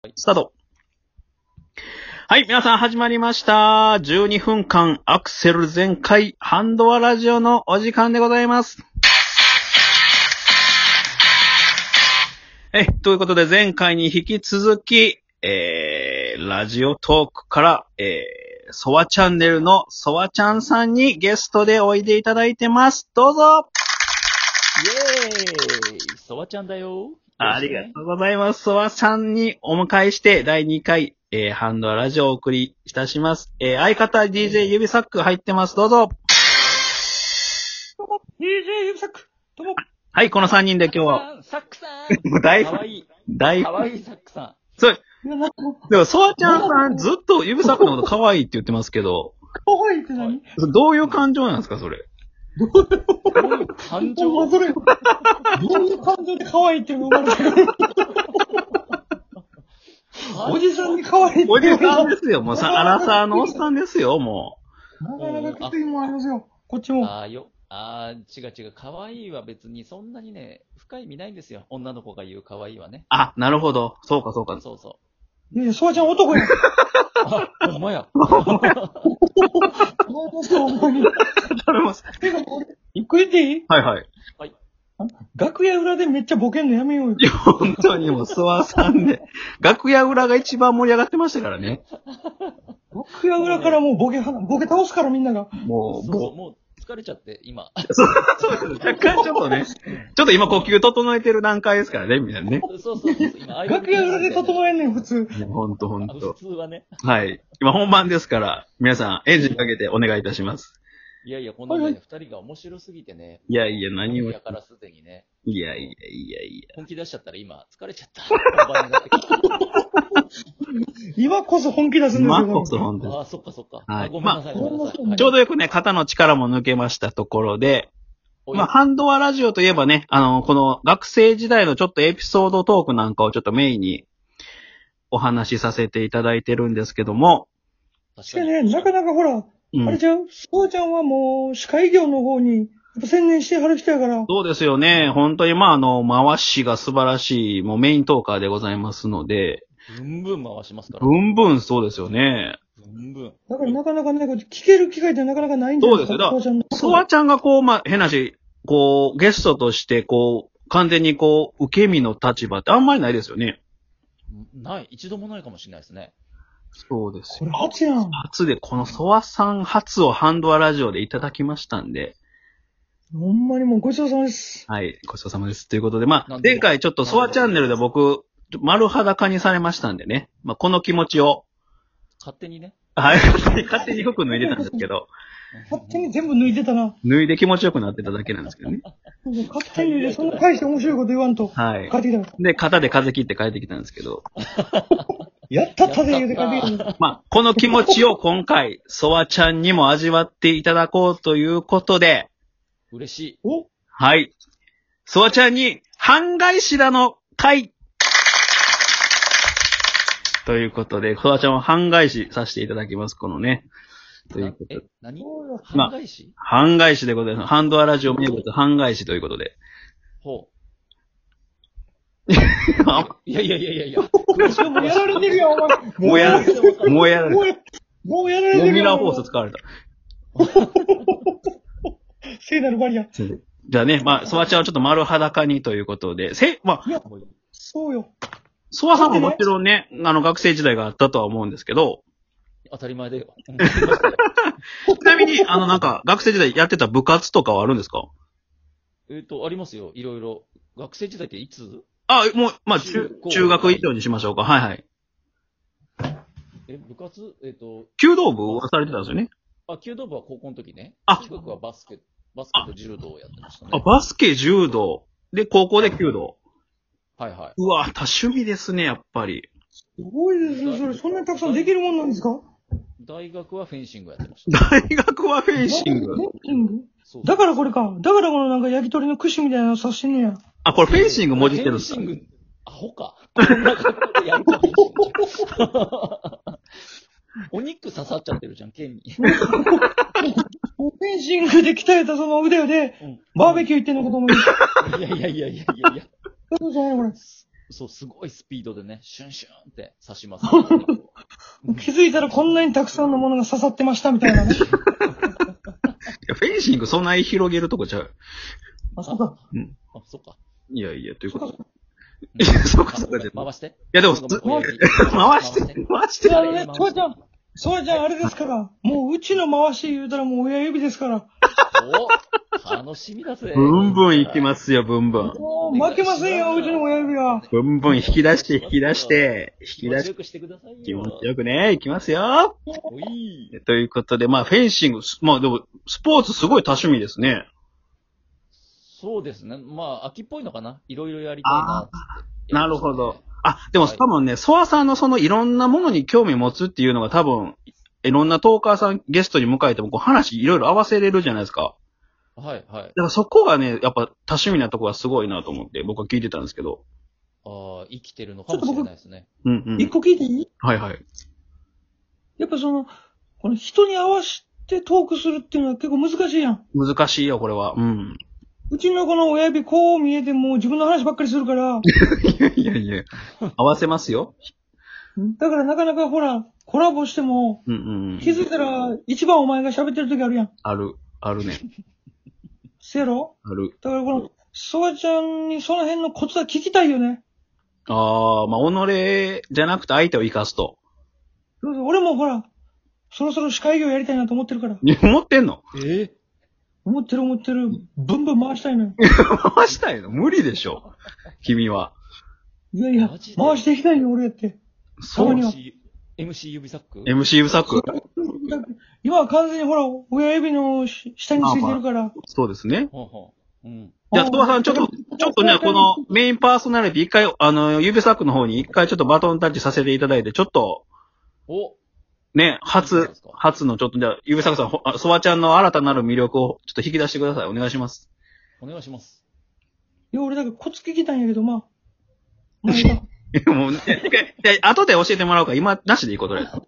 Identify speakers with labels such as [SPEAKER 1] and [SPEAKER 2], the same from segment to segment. [SPEAKER 1] はい、スタート。はい、皆さん始まりました。12分間アクセル全開ハンドアラジオのお時間でございます。え、ということで前回に引き続き、えー、ラジオトークから、えー、ソワチャンネルのソワちゃんさんにゲストでおいでいただいてます。どうぞ
[SPEAKER 2] イェーイソワちゃんだよ
[SPEAKER 1] ありがとうございます。ソワさんにお迎えして、第2回、えー、ハンドアラジオをお送りいたします。えー、相方 DJ 指サック入ってます。どうぞ。
[SPEAKER 2] どうも !DJ ユブサックどうも
[SPEAKER 1] はい、この3人で今日は。
[SPEAKER 2] サックさ
[SPEAKER 1] もうん大
[SPEAKER 2] か、わいい
[SPEAKER 1] 大
[SPEAKER 2] か、わいいサックさ
[SPEAKER 1] そう、
[SPEAKER 3] いや、なんか、か
[SPEAKER 1] でも、ソワちゃんさん、ずっと指サックのこと可愛いって言ってますけど、
[SPEAKER 3] わいいって
[SPEAKER 2] ん。
[SPEAKER 3] 何
[SPEAKER 1] どういう感情なんですか、それ。
[SPEAKER 2] どういう感情
[SPEAKER 3] どういう感情で可愛いって生まれてるおじさんに可愛いって
[SPEAKER 1] おじ
[SPEAKER 3] 言わ
[SPEAKER 1] さん
[SPEAKER 3] れて
[SPEAKER 1] ですよ、もうさ、アラサーのおっさんですよ、も
[SPEAKER 3] るなかなかきついもんありますよ。こっちも。
[SPEAKER 2] ああよ。ああ、違う違う。かわいいは別にそんなにね、深い意味ないんですよ。女の子が言うかわいいはね
[SPEAKER 1] う。。あ、なるほど。そうか、そうか。
[SPEAKER 2] そうそ
[SPEAKER 3] いやいや、ソワちゃん男やん。
[SPEAKER 2] う。あ、ほんまや。
[SPEAKER 3] お前の人、お前に。てか、俺ゆっくりでいい
[SPEAKER 1] はいはい。
[SPEAKER 3] 楽屋裏でめっちゃボケんのやめようよ。
[SPEAKER 1] 本当にもう、ソワさんで、楽屋裏が一番盛り上がってましたからね。
[SPEAKER 3] 楽屋裏からもうボケは、ボケ倒すからみんなが。
[SPEAKER 1] も
[SPEAKER 2] そう
[SPEAKER 1] う、
[SPEAKER 2] そう。もう疲れちゃって、今。
[SPEAKER 1] そうです。若 干ちょっとね、ちょっと今呼吸整えてる段階ですからね、みたいなね。
[SPEAKER 2] そうそうそう。今、アイドル
[SPEAKER 3] 楽屋裏で整えんねん、普通。
[SPEAKER 1] いやほんとほん
[SPEAKER 2] あ普
[SPEAKER 1] と。
[SPEAKER 2] 通はね。
[SPEAKER 1] はい。今本番ですから、皆さんエンジンかけてお願いいたします。
[SPEAKER 2] いやいや、このね、二人が面白すぎてね。
[SPEAKER 1] いやいや、何を。い
[SPEAKER 2] やからすでにね。
[SPEAKER 1] やいやいやい
[SPEAKER 2] 本気出しちゃったら今、疲れちゃった。本番になってき て
[SPEAKER 3] 今こそ本気出す
[SPEAKER 1] や。
[SPEAKER 3] んです
[SPEAKER 1] まあ、
[SPEAKER 3] よ。
[SPEAKER 1] こそほんとに
[SPEAKER 2] ああ、そっかそっか。
[SPEAKER 1] はい
[SPEAKER 2] あごめんなさい、
[SPEAKER 3] まあ
[SPEAKER 2] ごめんなさい。
[SPEAKER 1] ちょうどよくね、肩の力も抜けましたところで、
[SPEAKER 2] ど
[SPEAKER 1] まあ、ハンドアラジオといえばね、あの、この学生時代のちょっとエピソードトークなんかをちょっとメインにお話しさせていただいてるんですけども、
[SPEAKER 3] しかね、なかなかほら、
[SPEAKER 1] う
[SPEAKER 3] あれ
[SPEAKER 1] ん。
[SPEAKER 3] ちゃうそうちゃんはもう、司会業の方に、やっぱ専念してはる人やから、
[SPEAKER 1] そうですよね。本当に、まあ、あの、回しが素晴らしい、もうメイントーカーでございますので、
[SPEAKER 2] ブンブン回しますから。
[SPEAKER 1] ぶんぶんそうですよね。
[SPEAKER 2] ブンブン。
[SPEAKER 3] だからなかなかね、こう聞ける機会ってなかなかないんじゃないですか、
[SPEAKER 1] そう
[SPEAKER 3] そうちゃんの。
[SPEAKER 1] ソワちゃんがこう、まあ、変な話、こう、ゲストとして、こう、完全にこう、受け身の立場ってあんまりないですよね。
[SPEAKER 2] ない、一度もないかもしれないですね。
[SPEAKER 1] そうです
[SPEAKER 3] これ初やん。
[SPEAKER 1] 初で、このソワさん初をハンドアラジオでいただきましたんで、
[SPEAKER 3] ほんまにもうごちそうさまです。
[SPEAKER 1] はい、ごちそうさまです。ということで、ま
[SPEAKER 2] な
[SPEAKER 1] あ、
[SPEAKER 2] んで
[SPEAKER 1] 前回ちょっとソワチャンネルで僕、丸裸にされましたんでね、まあ、この気持ちを、
[SPEAKER 2] 勝手にね。
[SPEAKER 1] はい、勝手に服脱いでたんですけど、
[SPEAKER 3] 勝手に全部抜いてたな。
[SPEAKER 1] 脱いで気持ちよくなってただけなんですけどね。
[SPEAKER 3] 勝手に抜いて、そんな大して面白いこと言わんと。
[SPEAKER 1] はい
[SPEAKER 3] 帰。ってきたから。
[SPEAKER 1] で、肩で風切って帰ってきたんですけど。
[SPEAKER 3] やったったぜ言うて帰ってきたから。
[SPEAKER 1] まあ、この気持ちを今回、ソワちゃんにも味わっていただこうということで、
[SPEAKER 2] 嬉しい。
[SPEAKER 3] お
[SPEAKER 1] はい。ソワちゃんに、半返しだの会ということで、ソワちゃんを半返しさせていただきます、このね。という
[SPEAKER 2] な
[SPEAKER 1] こと
[SPEAKER 2] え
[SPEAKER 1] で。、
[SPEAKER 2] 何
[SPEAKER 1] まあ
[SPEAKER 2] 半返し
[SPEAKER 1] 半返しでございます。ハンドアラジオ名物半返しということで。
[SPEAKER 2] ほ
[SPEAKER 1] あ
[SPEAKER 2] う。いやいやいやい やいや。
[SPEAKER 3] もうやられてるやん、お前。
[SPEAKER 1] もうやられてもうやられ
[SPEAKER 3] も
[SPEAKER 1] た。
[SPEAKER 3] うやもうやられて
[SPEAKER 1] も
[SPEAKER 3] る
[SPEAKER 1] み
[SPEAKER 3] や
[SPEAKER 1] ら
[SPEAKER 3] ん。
[SPEAKER 1] フォース使われた。
[SPEAKER 3] 聖なるバリア。
[SPEAKER 1] じゃあね、まあ、ソワちゃんはちょっと丸裸にということで、せ、まあ、
[SPEAKER 3] そうよ。
[SPEAKER 1] ソワさんももちろんね、あの学生時代があったとは思うんですけど、
[SPEAKER 2] 当たり前だよ。
[SPEAKER 1] ちなみに、あのなんか学生時代やってた部活とかはあるんですか
[SPEAKER 2] えっと、ありますよ。いろいろ。学生時代っていつ
[SPEAKER 1] あ、もう、まあ、中
[SPEAKER 2] 中高、
[SPEAKER 1] 中学以上にしましょうか。はいはい。
[SPEAKER 2] え、部活えっと、
[SPEAKER 1] 弓道部をされてたんですよね。
[SPEAKER 2] あ、弓道部は高校の時ね。
[SPEAKER 1] あ
[SPEAKER 2] 中学はバスケ、バスケと柔道をやってました
[SPEAKER 1] あ、
[SPEAKER 2] ね。
[SPEAKER 1] バスケ、柔道。で、高校で弓道。
[SPEAKER 2] はいは
[SPEAKER 1] うわ、多趣味ですね、やっぱり。
[SPEAKER 3] すごいですよ、それ。そんなにたくさんできるもんなんですか
[SPEAKER 2] い。大学はフェンシングやってました。
[SPEAKER 1] 大学はフェンシング
[SPEAKER 3] フ。ェンシング
[SPEAKER 2] そう
[SPEAKER 3] だからこれか。だからこのなんか焼き鳥の串みたいなの刺してんねや。
[SPEAKER 1] あ、これフェンシング文字ってるんですか
[SPEAKER 2] フェンシング、アホか。こんな格好でやるかフェンシングお肉刺さっちゃってるじゃん、剣に。
[SPEAKER 3] フェンシングで鍛えたその腕をで、
[SPEAKER 2] うん
[SPEAKER 3] バーベキュー行ってんのかと思いました。
[SPEAKER 2] いやいやいやいやいやいや。
[SPEAKER 3] そうじゃないこれ。
[SPEAKER 2] そう、すごいスピードでね、シュンシュンって刺します、うん
[SPEAKER 3] 気づいたらこんなにたくさんのものが刺さってましたみた いなね。
[SPEAKER 1] や、フェンシングそんなに広げるとこちゃう。
[SPEAKER 3] まさか。
[SPEAKER 2] あ、そっか。
[SPEAKER 1] いやいや、ということで。
[SPEAKER 2] うん
[SPEAKER 1] いやそうかそうか
[SPEAKER 2] あ回して。
[SPEAKER 1] いや、でも、
[SPEAKER 2] そ
[SPEAKER 1] つ
[SPEAKER 2] うかもう
[SPEAKER 1] 回
[SPEAKER 2] 親父
[SPEAKER 1] して、回し
[SPEAKER 3] い
[SPEAKER 1] て。
[SPEAKER 3] や、あのね、ソワちゃん、ソワちゃんあれですから、もううちの回し言うたらもう親指ですから、
[SPEAKER 2] お楽しみだぜ。
[SPEAKER 1] ブンブンいきますよ、ブンブン。
[SPEAKER 3] もう負けませんよ、うちの親指は。
[SPEAKER 1] ブンブン引き出して、引き出して、引
[SPEAKER 2] 気
[SPEAKER 1] き
[SPEAKER 2] 持
[SPEAKER 1] 出
[SPEAKER 2] ち
[SPEAKER 1] し
[SPEAKER 2] よ
[SPEAKER 1] て、
[SPEAKER 2] くしてください
[SPEAKER 1] 気
[SPEAKER 2] よ
[SPEAKER 1] 持。ちよくね、いきますよ。
[SPEAKER 2] おい
[SPEAKER 1] ということで、まあ、フェンシング、すまあでも、スポーツすごい多趣味ですね。
[SPEAKER 2] そうですね。まあ、秋っぽいのかな。いろいろやりたいなっつって。
[SPEAKER 1] なるほど。あ、でも多分ね、ソワさんのそのいろんなものに興味持つっていうのが多分、いろんなトーカーさんゲストに迎えてもこう話いろいろ合わせれるじゃないですか。
[SPEAKER 2] はい、はい。
[SPEAKER 1] だからそこがね、やっぱ多趣味なとこがすごいなと思って僕は聞いてたんですけど。
[SPEAKER 2] ああ、生きてるのかもしれないですね。
[SPEAKER 1] うんう
[SPEAKER 3] 一
[SPEAKER 1] ん。
[SPEAKER 3] 個聞いていい
[SPEAKER 1] はいはい。
[SPEAKER 3] やっぱその、この人に合わせてトークするっていうのは結構難しいやん。
[SPEAKER 1] 難しいよ、これは。うん。
[SPEAKER 3] うちのこの親指こう見えてもう自分の話ばっかりするから、
[SPEAKER 1] いやいやいや。合わせますよ。
[SPEAKER 3] だからなかなかほら、コラボしても、
[SPEAKER 1] うんうんう
[SPEAKER 3] 気
[SPEAKER 1] ん。
[SPEAKER 3] づいたら一番お前が喋ってる時あるやん。
[SPEAKER 1] ある。あ るね。
[SPEAKER 3] せやろ
[SPEAKER 1] ある。
[SPEAKER 3] だからこの、ソワちゃんにその辺のコツは聞きたいよね。
[SPEAKER 1] ああ、まあ、己じゃなくて相手を生かすと。
[SPEAKER 3] 俺もほら、そろそろ司会業やりたいなと思ってるから。
[SPEAKER 1] 思ってんの
[SPEAKER 2] ええ
[SPEAKER 3] 思ってる思ってる。ブンブン回したいのよ。
[SPEAKER 1] 回したいの無理でしょ。君は。
[SPEAKER 3] いやいや
[SPEAKER 2] マジ、で
[SPEAKER 3] 回していきたいよ、俺って。
[SPEAKER 1] そ
[SPEAKER 3] たまには
[SPEAKER 2] MC MC 指サック
[SPEAKER 1] MC 不作。
[SPEAKER 3] 今は完全にほら、親指のし下についてるから。
[SPEAKER 1] そうですね。
[SPEAKER 2] ほうほう。うん。
[SPEAKER 1] じゃあ、トアさん、ちょっと、ちょっとね、こ のメインパーソナリティ一回、あの、指サックの方に一回ちょっとバトンタッチさせていただいて、ちょっと、
[SPEAKER 2] お
[SPEAKER 1] ね、
[SPEAKER 2] いい
[SPEAKER 1] 初
[SPEAKER 2] ですか、
[SPEAKER 1] 初のちょっと、じゃあ、指サックさんほ、あソワちゃんの新たなる魅力をちょっと引き出してください。お願いします。
[SPEAKER 2] お願いします。
[SPEAKER 3] いや、俺だからコツ聞きたいんやけど、まあ。まあいいか
[SPEAKER 1] もうね、一回で後で教えてもらおうから、今、なしでいいことで。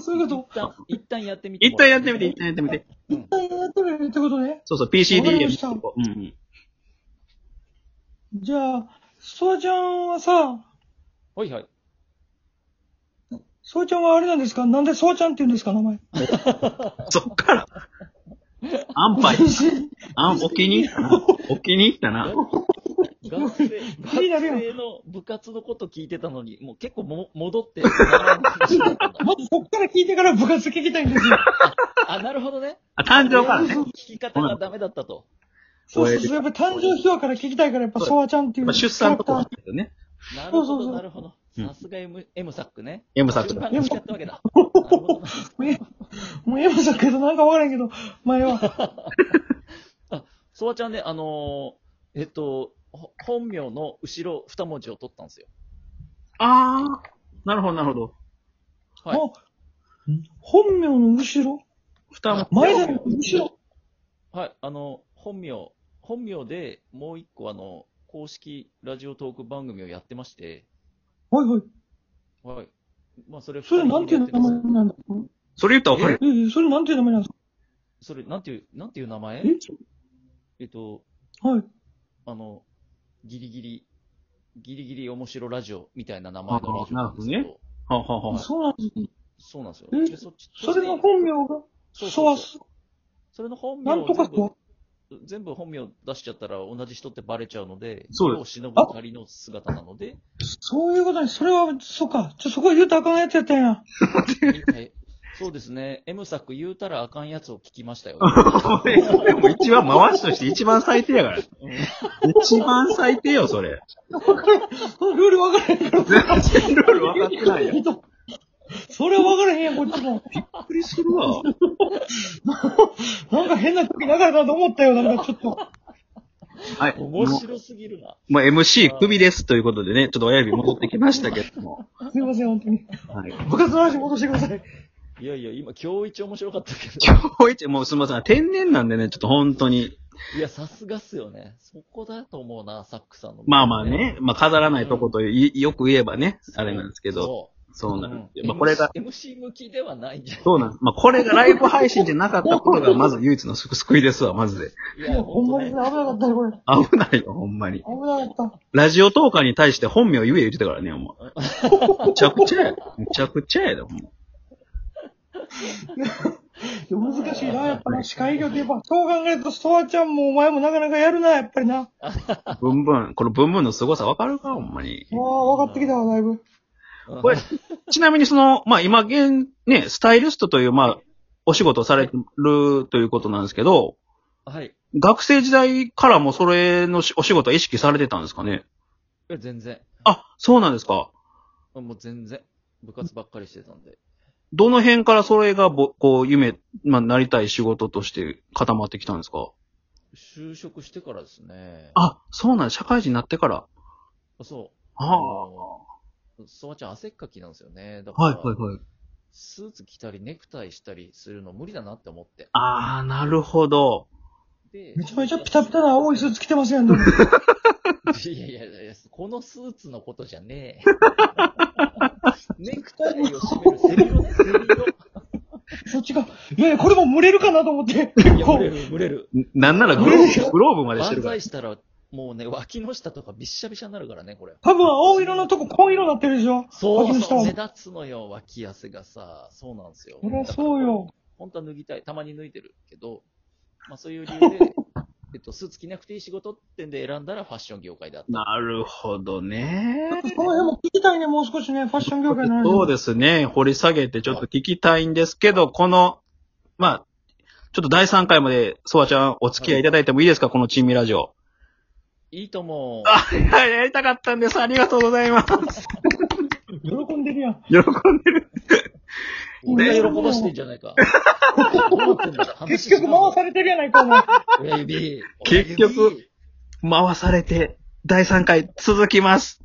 [SPEAKER 3] そういうこと。
[SPEAKER 2] 一旦、一旦やってみて
[SPEAKER 1] 一
[SPEAKER 2] もら
[SPEAKER 1] 旦
[SPEAKER 2] え
[SPEAKER 1] や
[SPEAKER 2] る。
[SPEAKER 1] ってみて、一旦やってみて。
[SPEAKER 3] 一旦やってるってことね。
[SPEAKER 1] そうそう、PCD
[SPEAKER 3] わか
[SPEAKER 1] で
[SPEAKER 3] り
[SPEAKER 1] 見
[SPEAKER 3] ま
[SPEAKER 1] て
[SPEAKER 3] した
[SPEAKER 1] こう。うんうん。
[SPEAKER 3] じゃあ、ソワちゃんはさ、
[SPEAKER 2] はいはい。
[SPEAKER 3] ソワちゃんはあれなんですかなんでソワちゃんって言うんですか名前。
[SPEAKER 1] そっから。アンパイ、あん、お気に入ったな。お気に入ったな。
[SPEAKER 2] 学生、
[SPEAKER 3] 気になるやん
[SPEAKER 2] 学生の部活のこと聞いてたのに、もう結構も戻って、名前の話にな ったんだ
[SPEAKER 3] まずそっから聞いてから部活聞きたいんですよ。
[SPEAKER 2] あ、なるほどね。
[SPEAKER 1] あ、誕生からね。
[SPEAKER 2] 聞き方がダメだったと。
[SPEAKER 3] そうそうそう。やっぱ誕生秘話から聞きたいから、やっぱソワちゃんってい
[SPEAKER 1] やっ
[SPEAKER 3] う。
[SPEAKER 1] ぱ出産とか
[SPEAKER 3] キャ
[SPEAKER 1] も
[SPEAKER 3] ラ
[SPEAKER 1] あ
[SPEAKER 3] ク
[SPEAKER 1] るけどね。
[SPEAKER 2] なるほ
[SPEAKER 3] そうそうそ
[SPEAKER 2] ど、
[SPEAKER 3] う
[SPEAKER 2] なるほど。
[SPEAKER 1] うん
[SPEAKER 2] さすが M、M サックね。
[SPEAKER 1] M サック
[SPEAKER 2] 順
[SPEAKER 1] だ。
[SPEAKER 2] 番が違ったわけだ。なるほどな
[SPEAKER 3] ターもうエモさけどなんかわからんけど、前は。
[SPEAKER 2] ソワちゃんね、あのーえっと、ほ本名の後ろ二文字を取ったんですよ。
[SPEAKER 1] あー、なるほど、なるほど。
[SPEAKER 2] はい
[SPEAKER 3] もう本名の後ろ
[SPEAKER 1] 蓋も。
[SPEAKER 3] 前だよ、後ろ。
[SPEAKER 2] はい、あの、本名、本名でもう一個あの、公式ラジオトーク番組をやってまして、
[SPEAKER 3] はいはい。
[SPEAKER 2] はい。まあ、それ
[SPEAKER 3] それなんていう名前
[SPEAKER 2] 二人でやってます
[SPEAKER 3] なんだ
[SPEAKER 1] それ言ったらわかるよ。
[SPEAKER 3] ええ、それなんていう名前なんですか
[SPEAKER 2] それ、なんていう、なんていう名前
[SPEAKER 3] え
[SPEAKER 2] えっと、
[SPEAKER 3] はい。
[SPEAKER 2] あの、ギリギリ、ギリギリ面白ラジオみたいな名
[SPEAKER 1] あ
[SPEAKER 2] 前
[SPEAKER 1] ー
[SPEAKER 2] のラジオんです
[SPEAKER 1] なる
[SPEAKER 2] け
[SPEAKER 1] ほど
[SPEAKER 2] ど。
[SPEAKER 1] はあはあはあ
[SPEAKER 3] そうなんですね。
[SPEAKER 2] そうなんですよ。
[SPEAKER 3] え
[SPEAKER 2] でそっち
[SPEAKER 3] それの本名が、
[SPEAKER 2] そう
[SPEAKER 3] ソ
[SPEAKER 2] そう
[SPEAKER 3] ワ
[SPEAKER 2] そう
[SPEAKER 3] ス。
[SPEAKER 2] それの本名
[SPEAKER 3] なんと
[SPEAKER 2] を
[SPEAKER 3] か
[SPEAKER 2] 全部
[SPEAKER 3] と。
[SPEAKER 2] 全部本名出しちゃったら同じ人ってバレちゃうので、
[SPEAKER 1] そうです
[SPEAKER 2] 世を忍ぶ仮の姿なので、
[SPEAKER 3] そういうことに、それは、そうか。ちょ、そこは言うとあかんやつやったんや。
[SPEAKER 2] はいそうですね、M 作言うたらあかんやつを聞きましたよ。
[SPEAKER 1] これ、これも一番回しとして一番最低やから。一番最低よ、それ。
[SPEAKER 3] ルール分からへんから。
[SPEAKER 1] 全然ルール分かってないやん。び
[SPEAKER 3] それは分からへんやん、こっちも。
[SPEAKER 1] っくりするわ。
[SPEAKER 3] なんか変な時流れたと思ったよ、なんかちょっ と。
[SPEAKER 1] はい。もう
[SPEAKER 2] 面白すぎるな。
[SPEAKER 1] もう MC 首ですということでね、ちょっと親指戻ってきましたけども。
[SPEAKER 3] すいません、本当に。
[SPEAKER 1] はい。
[SPEAKER 3] 部活の話戻してください。
[SPEAKER 2] いやいや、今、今日一面白かったけど。
[SPEAKER 1] 今日一、もうすみません。天然なんでね、ちょっと本当に。
[SPEAKER 2] いや、さすがっすよね。そこだと思うな、サックさんの。
[SPEAKER 1] まあまあね、まあ飾らないとこといよく言えばね、あれなんですけど。
[SPEAKER 2] そ
[SPEAKER 1] そうなんですよ。
[SPEAKER 2] うん
[SPEAKER 1] まあこれが、
[SPEAKER 2] MC MC 向きではないんじゃ
[SPEAKER 1] そうなんです。まあこれがライブ配信じゃなかった ことがまず唯一の救いですわ、マジで。
[SPEAKER 2] い や、
[SPEAKER 3] ほ
[SPEAKER 2] ほんと
[SPEAKER 3] んまに
[SPEAKER 2] ね
[SPEAKER 3] 危。なかったよ、これ。
[SPEAKER 1] 危ないよ、ほんまに。
[SPEAKER 3] 危なかった。
[SPEAKER 1] ラジオトーカーに対して本名言え言ってたからね、お前。むちゃくちゃや。むちゃくちゃやで、ほんま。
[SPEAKER 3] いや難しいな、やっぱな。司会業で言えば、そう考えると、ストアちゃんもお前もなかなかやるな、やっぱりな。
[SPEAKER 1] ブンブン、このブンブンの凄さわかるか、ほんまに。
[SPEAKER 3] もう分かってきたわ、だいぶ。
[SPEAKER 1] これ、ちなみにその、まあ今現、ね、スタイリストという、まあ、お仕事をされてるということなんですけど、
[SPEAKER 2] はい。い
[SPEAKER 1] 学生時代からもそれのしお仕事は意識されてたんですかね
[SPEAKER 2] や、全然。
[SPEAKER 1] あ、そうなんですか。
[SPEAKER 2] もう全然。部活ばっかりしてたんで。
[SPEAKER 1] どの辺からそれがぼ、こう、夢、まあ、なりたい仕事として固まってきたんですか
[SPEAKER 2] 就職してからですね。
[SPEAKER 1] あ、そうなんです。社会人になってから。
[SPEAKER 2] そ
[SPEAKER 1] ああ。
[SPEAKER 2] う。そわちゃん汗っかきなんですよね。だから、
[SPEAKER 1] はい、はい、はい。
[SPEAKER 2] スーツ着たり、ネクタイしたりするの無理だなって思って。
[SPEAKER 1] ああ、なるほど。
[SPEAKER 2] で
[SPEAKER 3] めちゃめちゃピタピタな青いスーツ着てますやん、でも。
[SPEAKER 2] いやいやいやいや、このスーツのことじ ゃねえ。ネクタイを締めるセリをね、セリ
[SPEAKER 3] そっちが。いやいや、これも蒸れるかなと思って。
[SPEAKER 2] を。
[SPEAKER 3] 結
[SPEAKER 2] いや、蒸
[SPEAKER 3] 構
[SPEAKER 2] れ。る、蒸れる。
[SPEAKER 1] んなんならグローブ、グローブまでして
[SPEAKER 2] 万
[SPEAKER 1] るから
[SPEAKER 2] 歳。したら、もうね、脇の下とかびっしゃびしゃになるからね、これ。
[SPEAKER 3] 多分、青色のとこ、紺色になってるでしょ。
[SPEAKER 2] そう
[SPEAKER 3] 脇の下
[SPEAKER 2] そう、
[SPEAKER 3] は
[SPEAKER 2] 目立つのよ、脇汗がさ。そうなんですよ。
[SPEAKER 3] そりゃそうよ。
[SPEAKER 2] 本当は脱ぎたい。たまに脱いでるけど、まあそういう理由で、えっと、スーツ着なくていい仕事ってんで選んだらファッション業界だった。
[SPEAKER 1] なるほどね
[SPEAKER 3] ちょっ。とこの辺も聞きたいね、もう少しね、ファッション業界の話。
[SPEAKER 1] そうですね。掘り下げてちょっと聞きたいんですけど、この、まあ、ちょっと第3回まで、ソワちゃんお付き合いいただいてもいいですかこのチーミラジオ。
[SPEAKER 2] いいとも。
[SPEAKER 1] あ、はい、やりたかったんです。ありがとうございます。
[SPEAKER 3] 喜んでるやん。
[SPEAKER 1] 喜んでる。
[SPEAKER 2] みんな喜ばしてんじゃないか。どう思ってんだ
[SPEAKER 3] 結局回されてるやないか、お前。
[SPEAKER 2] 親指。
[SPEAKER 1] 結局回されて、第3回続きます。